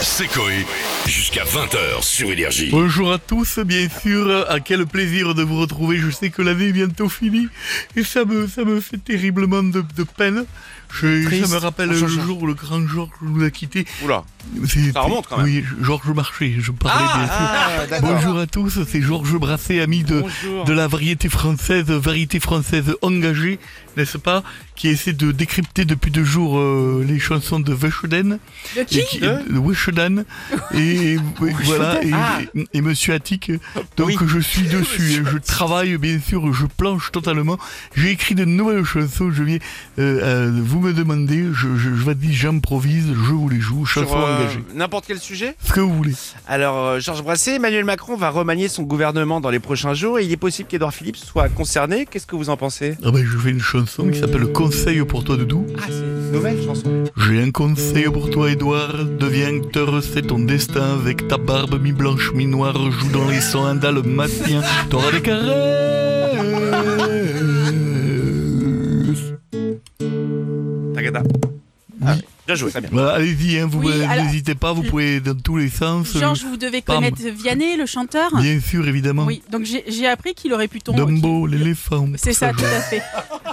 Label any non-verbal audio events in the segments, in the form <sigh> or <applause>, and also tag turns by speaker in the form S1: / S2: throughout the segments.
S1: C'est Coé. Jusqu'à 20h sur Énergie.
S2: Bonjour à tous, bien sûr. À quel plaisir de vous retrouver. Je sais que l'année est bientôt finie et ça me, ça me fait terriblement de, de peine. Je-
S3: Triste.
S2: ça me rappelle
S3: Oh,
S2: le
S3: Georges.
S2: jour où le grand Georges nous a quittés.
S3: Oula.
S2: C'est-
S3: Ça remonte quand même.
S2: Oui, Georges Marchais, je parlais bien sûr.
S3: Ah,
S2: Bonjour à tous, c'est Georges Brasset, ami de,
S3: Bonjour.
S2: de la variété française, variété française engagée, n'est-ce pas, qui essaie de décrypter depuis deux jours euh, les chansons de Wechoden.
S4: De qui
S2: et de Wechoden.
S3: <laughs>
S2: Et, et voilà, et,
S3: Ah.
S2: et- et Monsieur Attic. Donc
S3: Oui.
S2: je suis dessus, hein, je travaille bien sûr, je planche totalement. J'ai écrit de nouvelles chansons, je viens, euh, euh, vous me demandez, je, je, je vais dire j'improvise, je vous les joue,
S3: Sur,
S2: chansons
S3: euh,
S2: engagées.
S3: N'importe quel sujet
S2: Ce que vous voulez.
S3: Alors, euh, Georges Brassé, Emmanuel Macron va remanier son gouvernement dans les prochains jours et il est possible qu'Edouard Philippe soit concerné. Qu'est-ce que vous en pensez
S2: Ah ben, je fais une chanson qui s'appelle
S3: euh,
S2: Conseil pour toi, Doudou.
S3: Ah, c'est une nouvelle chanson.
S2: J'ai un conseil pour toi, Edouard. Deviens acteur, c'est ton destin. Avec ta barbe mi-blanche, mi-noire, joue dans les sons dalmatien. T'auras des caresses.
S3: Tagada. Ah, bien joué, très bien.
S2: Voilà, allez-y, hein, vous
S4: Oui,
S2: euh,
S4: alors-
S2: n'hésitez pas, vous pouvez dans tous les sens.
S4: Georges, vous devez
S2: Pam.
S4: connaître Vianney, le chanteur.
S2: Bien sûr, évidemment.
S4: Oui, donc j'ai j'ai appris qu'il aurait pu tomber.
S2: Dumbo, l'éléphant.
S4: C'est ça, tout à
S2: <laughs>
S4: fait.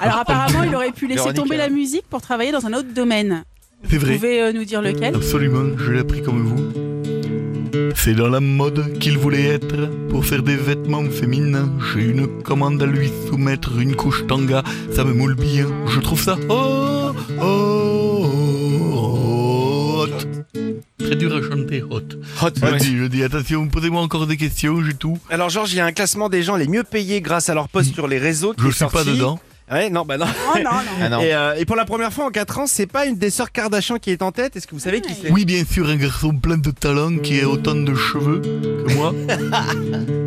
S4: Alors apparemment, il aurait pu laisser
S3: Véronique,
S4: tomber
S3: là.
S4: la musique pour travailler dans un autre domaine.
S2: C'est
S4: Vous
S2: vrai.
S4: pouvez euh, nous dire lequel
S2: Absolument, je l'ai appris comme vous. C'est dans la mode qu'il voulait être pour faire des vêtements féminins. J'ai une commande à lui soumettre, une couche tanga, ça me moule bien. Je trouve ça oh, hot, oh, hot. Très dur à chanter hot.
S3: Hot,
S2: Je
S3: ouais.
S2: dis, je dis, attention, posez-moi encore des questions, j'ai tout.
S3: Alors, Georges, il y a un classement des gens les mieux payés grâce à leur poste sur les réseaux. qui
S2: Je
S3: est
S2: suis pas
S3: sorti.
S2: dedans. Ah,
S3: Ouais, non, bah non.
S4: Oh non, non.
S3: Et, euh, et pour la première fois en 4 ans, c'est pas une des sœurs Kardashian qui est en tête. Est-ce que vous savez qui c'est
S2: Oui, bien sûr, un garçon plein de talent qui a autant de cheveux que moi.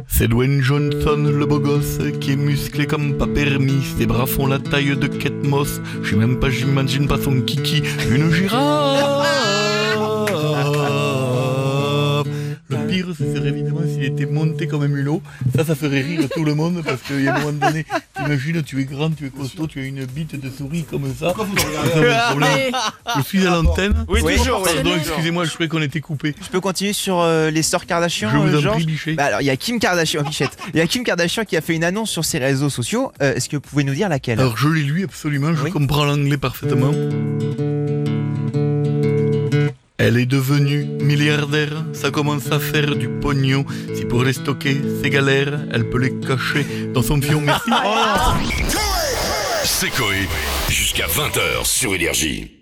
S2: C'est Dwayne Johnson, le beau gosse, qui est musclé comme pas permis. Ses bras font la taille de Kate Moss. Je sais même pas, j'imagine pas son kiki. Une girafe. Le pire, ce serait évidemment s'il était monté comme un mulot. Ça, ça ferait rire tout le monde parce qu'il y a un moment donné, t'imagines, tu es grand, tu es costaud, tu as une bite de souris comme ça. C'est ça le problème.
S4: Mais
S2: Je suis à l'antenne.
S3: Oui,
S5: Oui.
S3: toujours. oui.
S2: Pardon, excusez-moi, je croyais qu'on était coupé.
S5: Je peux continuer sur euh, les sœurs
S2: Je
S5: Kardashian, euh,
S2: vous en
S5: Georges
S2: prie, Bichet.
S5: Bah alors, il y a Kim Kardashian, Bichette. Il y a Kim Kardashian qui a fait une annonce sur ses réseaux sociaux. Euh, Est-ce que vous pouvez nous dire laquelle
S2: Alors, je l'ai lu absolument, je
S5: Oui.
S2: comprends l'anglais parfaitement. Elle est devenue milliardaire, ça commence à faire du pognon. Si pour les stocker, c'est galère, elle peut les cacher dans son fion. Merci.
S1: C'est Coé. Jusqu'à 20h sur Énergie.